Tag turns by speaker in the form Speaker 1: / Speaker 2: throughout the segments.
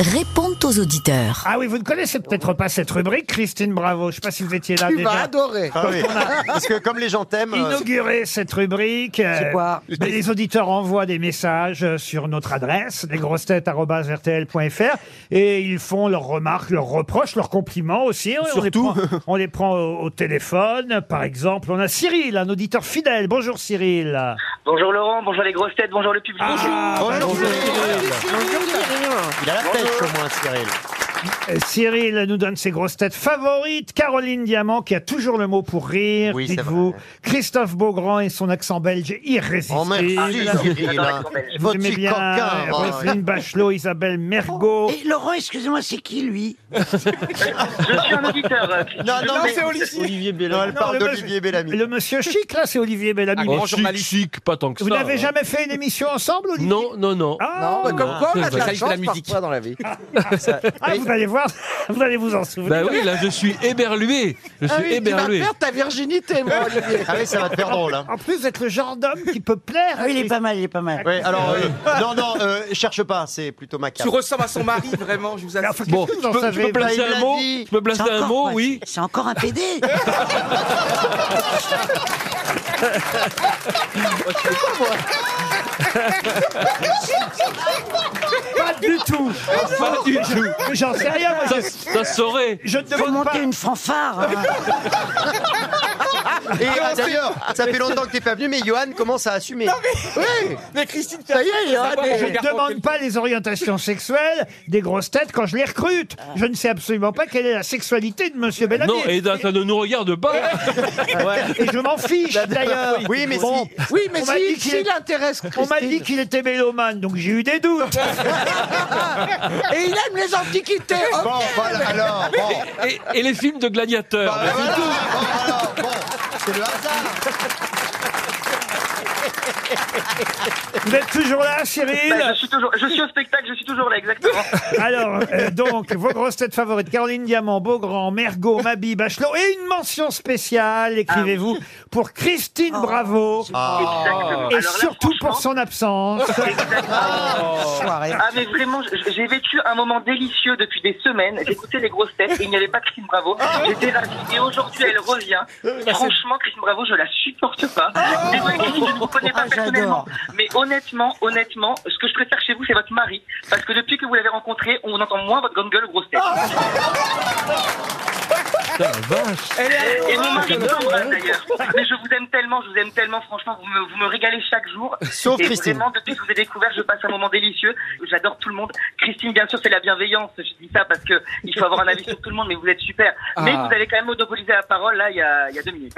Speaker 1: répondent aux auditeurs.
Speaker 2: Ah oui, vous ne connaissez peut-être pas cette rubrique, Christine Bravo. Je ne sais pas si vous étiez là
Speaker 3: Tu
Speaker 2: déjà.
Speaker 3: vas adorer.
Speaker 4: Ah oui. Parce que comme les gens t'aiment. euh,
Speaker 2: Inaugurer cette rubrique. euh,
Speaker 3: C'est quoi
Speaker 2: ben, Les auditeurs envoient des messages euh, sur notre adresse, lesgrossetêtes.rtl.fr, et ils font leurs remarques, leurs reproches, leurs compliments aussi. On, on les prend, on les prend au, au téléphone, par exemple. On a Cyril, un auditeur fidèle. Bonjour Cyril.
Speaker 5: Bonjour Laurent, bonjour les grosses têtes, bonjour le public.
Speaker 2: Ah, bah,
Speaker 4: bonjour,
Speaker 2: bonjour.
Speaker 4: Cyril. Il a la pêche au moins, Cyril.
Speaker 2: Euh, Cyril nous donne ses grosses têtes favorites. Caroline Diamant, qui a toujours le mot pour rire,
Speaker 4: Oui, c'est
Speaker 2: dites-vous.
Speaker 4: vrai.
Speaker 2: Christophe Beaugrand et son accent belge irrésistible.
Speaker 4: Oh
Speaker 5: Ah,
Speaker 4: merci, Cyril. hein.
Speaker 2: Vous
Speaker 4: Votre
Speaker 2: aimez
Speaker 4: petit
Speaker 2: bien
Speaker 4: coquin.
Speaker 2: euh,
Speaker 4: hein.
Speaker 6: oh.
Speaker 2: Roselyne Bachelot, Isabelle
Speaker 7: Oh,
Speaker 2: Mergot.
Speaker 3: Et Laurent, excusez-moi, c'est qui lui
Speaker 5: Je suis un auditeur. euh, Christine.
Speaker 4: Non, non,
Speaker 5: Mais-
Speaker 4: c'est Olivier. Non, elle
Speaker 2: Non,
Speaker 4: parle
Speaker 2: le
Speaker 4: d'Olivier Bellamy.
Speaker 2: Le monsieur chic, là, c'est Olivier Bellamy.
Speaker 6: Oh, chic, chic, pas tant que
Speaker 2: Vous
Speaker 6: ça.
Speaker 2: n'avez
Speaker 6: hein.
Speaker 2: jamais fait une émission ensemble, Olivier
Speaker 6: Non, non, non.
Speaker 2: Ah,
Speaker 8: Oh.
Speaker 3: Bah, Comme quoi, on a de
Speaker 6: c'est
Speaker 3: la
Speaker 6: vrai.
Speaker 3: chance
Speaker 6: La musique.
Speaker 3: parfois dans la vie.
Speaker 2: ah, vous allez voir, vous allez vous en souvenir.
Speaker 6: Bah oui, là, je suis éberlué. Je suis
Speaker 3: Ah oui, tu vas
Speaker 6: éberlué.
Speaker 3: perdre ta virginité, moi, Olivier.
Speaker 4: Ah oui, ça va te faire drôle. Hein.
Speaker 2: En plus, vous êtes le genre d'homme qui peut plaire.
Speaker 7: Ah oui, il est pas mal, il est pas mal.
Speaker 4: Oui, alors, euh, non, non, euh, cherche pas, c'est plutôt macabre.
Speaker 8: ressembles à son mari, vraiment, je vous
Speaker 2: Mais enfin, qu'est-ce
Speaker 6: Bon,
Speaker 2: que
Speaker 6: je
Speaker 2: vous en
Speaker 6: peux, je
Speaker 2: savez,
Speaker 6: peux placer
Speaker 4: il
Speaker 6: un
Speaker 4: l'a
Speaker 6: mot
Speaker 4: dit.
Speaker 6: Je peux placer
Speaker 7: C'est
Speaker 6: un
Speaker 7: encore-
Speaker 6: mot,
Speaker 7: ouais,
Speaker 6: oui.
Speaker 7: C'est encore un PD.
Speaker 2: Pas du tout.
Speaker 6: Pas du tout.
Speaker 2: Mais J'en sais rien. moi,
Speaker 6: Ça,
Speaker 2: je-
Speaker 6: ça se saurait.
Speaker 2: Je ne
Speaker 7: Faut
Speaker 2: demande pas.
Speaker 7: monter une fanfare. hein.
Speaker 4: Et euh, d'ailleurs, ça fait longtemps que t'es pas venu, mais Johan commence à assumer. Oui,
Speaker 8: Mais Christine,
Speaker 3: Ça y est, Johan,
Speaker 8: va,
Speaker 3: est-
Speaker 2: Je ne demande pas les orientations sexuelles des grosses têtes quand je les recrute.
Speaker 3: Ah.
Speaker 2: Je ne sais absolument pas quelle est la sexualité de Monsieur Bellamy.
Speaker 6: Non, et ça ne nous regarde pas.
Speaker 2: Et je m'en fiche d'ailleurs.
Speaker 4: oui mais si.
Speaker 3: Oui, mais
Speaker 2: On m'a dit
Speaker 3: si,
Speaker 2: qu'il
Speaker 3: si
Speaker 2: est-
Speaker 3: l'intéresse,
Speaker 2: On m'a
Speaker 3: Christine.
Speaker 2: dit qu'il était mélomane, donc j'ai eu des doutes.
Speaker 3: Et il aime les antiquités. Oh,
Speaker 4: Bon, voilà, alors, bon.
Speaker 6: Et, et les films de gladiateurs.
Speaker 5: Bah,
Speaker 4: Ah, voilà, bon, alors, bon. C'est le hasard.
Speaker 2: Vous êtes toujours là,
Speaker 3: Ben,
Speaker 5: Bah, je,
Speaker 2: Cyril
Speaker 5: suis toujours, je suis au spectacle, je suis toujours là, exactement.
Speaker 2: Alors, euh, donc, vos grosses têtes favorites, Caroline Diamant, Beaugrand,
Speaker 3: Oh.
Speaker 2: Mergot, Mabi, Bachelot, et une mention spéciale,
Speaker 3: Ah
Speaker 2: écrivez-vous, pour Christine
Speaker 3: Oh.
Speaker 2: Bravo,
Speaker 5: Exactement.
Speaker 2: et
Speaker 5: Alors là,
Speaker 2: surtout
Speaker 5: franchement,
Speaker 2: pour son absence.
Speaker 7: Soirée.
Speaker 5: Ah mais vraiment, je- j'ai vécu un moment délicieux depuis des semaines. J'écoutais les grosses têtes et il n'y avait pas Christine Bravo. J'étais ravie et aujourd'hui elle revient. Franchement, Christine Bravo, je la supporte pas. Désolé Christine, je ne vous connais pas
Speaker 7: Ah, j'adore.
Speaker 5: personnellement, mais honnêtement, honnêtement, ce que je préfère chez vous, c'est votre mari, parce que depuis que vous l'avez rencontré, on entend moins votre grande gueule aux grosses têtes.
Speaker 6: Putain, la vache.
Speaker 8: Elle est
Speaker 5: Et mon mari m'embrasse d'ailleurs. Mais je vous aime tellement, je vous aime tellement, franchement, vous me, vous me régalez chaque jour.
Speaker 4: Sauf
Speaker 5: et
Speaker 4: Christine.
Speaker 5: vraiment, depuis que je vous ai découvert, je passe un moment délicieux. J'adore tout le monde. Christine, bien sûr, c'est la bienveillance. Je dis ça parce que il faut avoir un avis sur tout le monde, mais vous êtes super. Mais
Speaker 8: Ah.
Speaker 5: vous avez quand même monopolisé la parole, là, il y a, il y a deux minutes.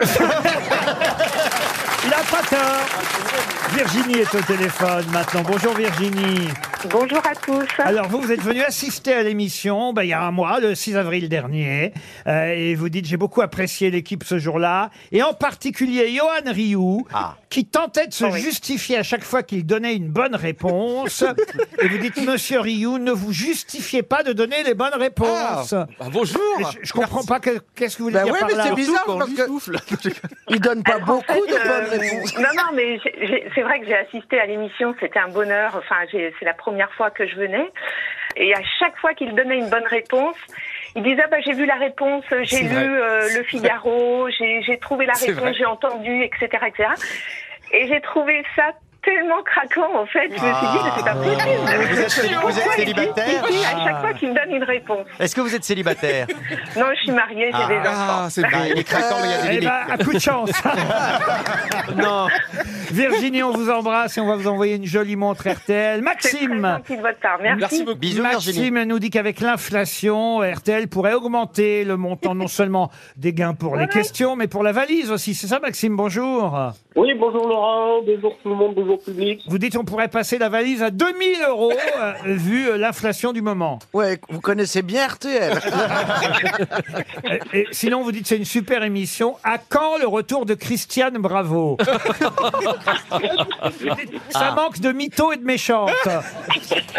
Speaker 2: Il a pas tort. Virginie est au téléphone maintenant. Bonjour Virginie.
Speaker 9: Bonjour à tous.
Speaker 2: Alors vous, vous êtes venu assister à l'émission ben, il y a un mois, le 6 avril dernier, Euh, et vous dites j'ai beaucoup apprécié l'équipe ce jour-là, et en particulier Johan Rioux,
Speaker 4: Ah.
Speaker 2: qui tentait de se justifier à chaque fois qu'il donnait une bonne réponse. et vous dites Monsieur Rioux, ne vous justifiez pas de donner les bonnes réponses.
Speaker 8: bonjour
Speaker 2: Mais Je, je comprends pas que- qu'est-ce que vous voulez
Speaker 3: Bah
Speaker 2: dire
Speaker 3: Ah. ouais,
Speaker 2: par
Speaker 3: mais
Speaker 2: là.
Speaker 3: c'est bizarre
Speaker 8: quand
Speaker 3: parce
Speaker 8: lui
Speaker 3: que il donne pas
Speaker 9: Alors, en
Speaker 3: beaucoup
Speaker 9: fait,
Speaker 3: de
Speaker 9: euh,
Speaker 3: bonnes réponses.
Speaker 9: Non, non, mais j'ai- j'ai- c'est vrai que j'ai assisté à l'émission, c'était un bonheur. Enfin, j'ai- c'est la première fois que je venais. Et à chaque fois qu'il donnait une bonne réponse, il disait ah, bah, J'ai vu la réponse, j'ai lu euh, Le Figaro, j'ai j'ai trouvé la réponse, j'ai entendu, etc. etc. Et j'ai trouvé ça tellement craquant, en fait. Je me suis dit Mais
Speaker 4: Ah.
Speaker 9: c'est pas possible.
Speaker 4: Vous êtes, vous êtes célibataire
Speaker 9: Il dit à chaque fois qu'il me donne une réponse.
Speaker 4: Est-ce que vous êtes célibataire
Speaker 9: Non, je suis mariée, j'ai des enfants.
Speaker 8: Ah, c'est
Speaker 4: Bah, Il est craquant, mais il y a des
Speaker 2: Eh
Speaker 4: limites.
Speaker 2: ben, à coup de chance. non. Virginie, on vous embrasse et on va vous envoyer une jolie montre RTL.
Speaker 9: C'est très
Speaker 2: Maxime.
Speaker 9: gentil de votre part. Merci.
Speaker 8: beaucoup.
Speaker 4: Bisous, Virginie.
Speaker 2: Maxime nous dit qu'avec l'inflation, RTL pourrait augmenter le montant non seulement des gains pour les questions, mais pour la valise aussi. C'est ça, Maxime Bonjour.
Speaker 5: Oui, bonjour Laurent, bonjour tout le monde, bonjour public.
Speaker 2: Vous dites on pourrait passer la valise à 2000 euros euh, vu euh, l'inflation du moment.
Speaker 3: Ouais, vous connaissez bien RTL.
Speaker 2: Et, Euh, et sinon, vous dites c'est une super émission. À quand le retour de Christiane Ah. Bravo Ça manque de mythos et de méchante.
Speaker 5: Ah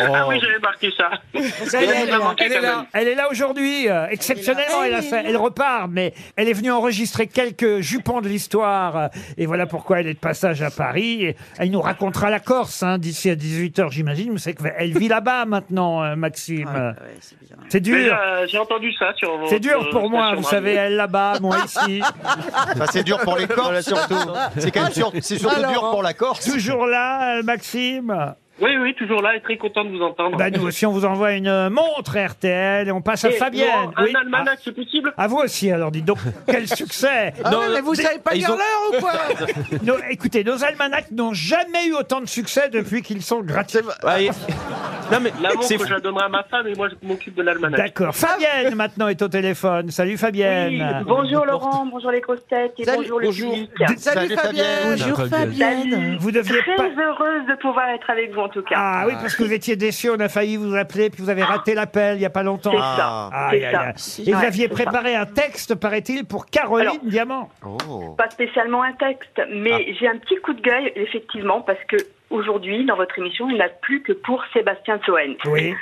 Speaker 2: Oh.
Speaker 5: oui, j'avais marqué ça.
Speaker 2: Elle,
Speaker 5: Elle
Speaker 2: est
Speaker 5: m'a
Speaker 2: là,
Speaker 5: manqué quand même.
Speaker 2: Elle est là aujourd'hui, euh, exceptionnellement, elle, a fait- elle repart, mais elle est venue enregistrer quelques jupons de l'histoire, euh, et voilà pourquoi elle est de passage à Paris. Et elle nous racontera la Corse hein, d'ici à 18h, j'imagine. Vous savez qu'elle vit là-bas maintenant, euh, Maxime.
Speaker 7: Ouais, c'est bien.
Speaker 2: C'est
Speaker 5: Mais,
Speaker 2: dur.
Speaker 5: euh, J'ai entendu ça sur vos-
Speaker 2: C'est dur
Speaker 5: vos
Speaker 2: pour moi,
Speaker 5: stations
Speaker 2: vous
Speaker 5: radio.
Speaker 2: savez, elle là-bas, moi ici.
Speaker 4: Enfin, c'est dur pour les Corses, surtout. C'est quand même sûr- c'est surtout dur pour la Corse.
Speaker 2: Toujours là, euh, Maxime.
Speaker 5: Oui, oui, toujours là et très content de vous entendre.
Speaker 2: Bah, nous aussi, on vous envoie une euh, montre RTL et on passe à
Speaker 5: Et
Speaker 2: Fabienne.
Speaker 5: Laurent, Un
Speaker 2: Oui.
Speaker 5: almanach, c'est possible
Speaker 2: Ah, à vous aussi, alors dites donc, quel succès
Speaker 3: Ah
Speaker 6: Non,
Speaker 3: ouais, mais vous
Speaker 6: c'est-
Speaker 3: savez pas
Speaker 6: ils
Speaker 3: dire
Speaker 6: ont-
Speaker 3: l'heure ou quoi
Speaker 2: Nos- écoutez, nos almanachs n'ont jamais eu autant de succès depuis qu'ils sont gratuits.
Speaker 6: Ouais, et- Non, mais
Speaker 5: L'amour
Speaker 6: c'est
Speaker 5: que je la donnerai à ma femme et moi je m'occupe de l'almanach.
Speaker 2: D'accord.
Speaker 9: Ah.
Speaker 2: Fabienne maintenant est au téléphone. Salut Fabienne.
Speaker 9: Bonjour Laurent, bonjour les grosses têtes et
Speaker 4: Salut,
Speaker 9: bonjour le
Speaker 8: bonjour.
Speaker 9: public.
Speaker 4: Salut, Fabienne.
Speaker 7: Bonjour
Speaker 6: Fabienne.
Speaker 7: Fabienne.
Speaker 2: Vous deviez
Speaker 9: Très
Speaker 2: pas.
Speaker 9: heureuse de pouvoir être avec vous en tout cas.
Speaker 2: Ah oui, parce que vous étiez déçus, on a failli vous appeler, puis vous avez raté l'appel il n'y a pas longtemps.
Speaker 9: Ah. c'est
Speaker 4: Ah.
Speaker 9: ça.
Speaker 2: Ah,
Speaker 9: c'est
Speaker 2: aïe, aïe,
Speaker 9: ça.
Speaker 2: aïe. Et vous
Speaker 9: Ouais,
Speaker 2: aviez
Speaker 9: c'est
Speaker 2: préparé un texte, paraît-il, pour Caroline
Speaker 9: Alors-
Speaker 2: Diamant.
Speaker 4: Oh.
Speaker 9: Pas spécialement un texte, mais
Speaker 2: Ah.
Speaker 9: j'ai un petit coup de gueule effectivement parce que aujourd'hui dans votre émission il n'y en a plus que pour Sébastien Toen.
Speaker 2: Oui.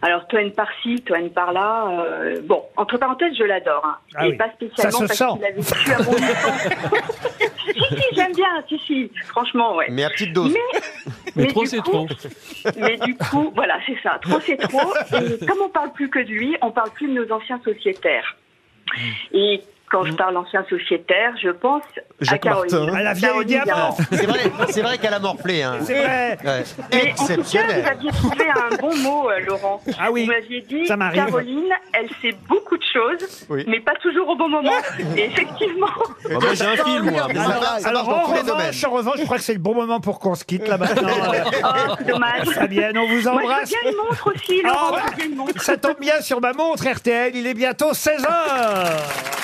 Speaker 9: Alors Toen par-ci, Toen par-là. euh, bon, entre parenthèses, je l'adore. hein.
Speaker 2: Ah
Speaker 9: et
Speaker 2: oui.
Speaker 9: pas spécialement
Speaker 2: Ça se
Speaker 9: parce
Speaker 2: sent.
Speaker 9: qu'il a vécu à mon enfant. si, si, j'aime bien, si, si. Franchement, ouais.
Speaker 4: Mais à petite dose.
Speaker 6: Mais
Speaker 9: Mais
Speaker 6: trop,
Speaker 9: du
Speaker 6: c'est
Speaker 9: coup-
Speaker 6: trop.
Speaker 9: Mais du coup, voilà, c'est ça. Trop, c'est trop. Et comme on parle plus que de lui, on parle plus de nos anciens sociétaires. Et quand je parle anciens sociétaires, je pense à
Speaker 4: Jacques
Speaker 9: Caroline.
Speaker 4: Martin.
Speaker 2: À la vieille
Speaker 9: Caroline
Speaker 2: diamant.
Speaker 4: C'est vrai, c'est vrai qu'elle a morflé. Hein.
Speaker 2: C'est vrai.
Speaker 4: Ouais.
Speaker 9: Mais en tout cas, vous
Speaker 4: Exceptionnel.
Speaker 9: aviez trouvé un bon mot, euh, Laurent.
Speaker 2: Ah oui,
Speaker 9: Vous m'aviez dit,
Speaker 2: ça m'arrive.
Speaker 9: Caroline, elle sait beaucoup de choses,
Speaker 4: Oui.
Speaker 9: mais pas toujours au bon moment. Et effectivement,
Speaker 6: Moi, j'ai un film, moi.
Speaker 4: Mais ça, marche- ça
Speaker 2: Alors
Speaker 4: marche
Speaker 2: en
Speaker 4: dans tous les domaines.
Speaker 2: revanche, en revanche, je crois que c'est le bon moment pour qu'on se quitte là maintenant. euh.
Speaker 9: oh, c'est dommage.
Speaker 2: Fabienne, on vous
Speaker 9: Moi, je
Speaker 2: embrasse.
Speaker 9: veux bien une montre aussi,
Speaker 2: Ah,
Speaker 9: Laurent.
Speaker 2: bah.
Speaker 9: je veux bien une montre.
Speaker 2: Ça tombe bien sur ma montre RTL, il est bientôt 16h.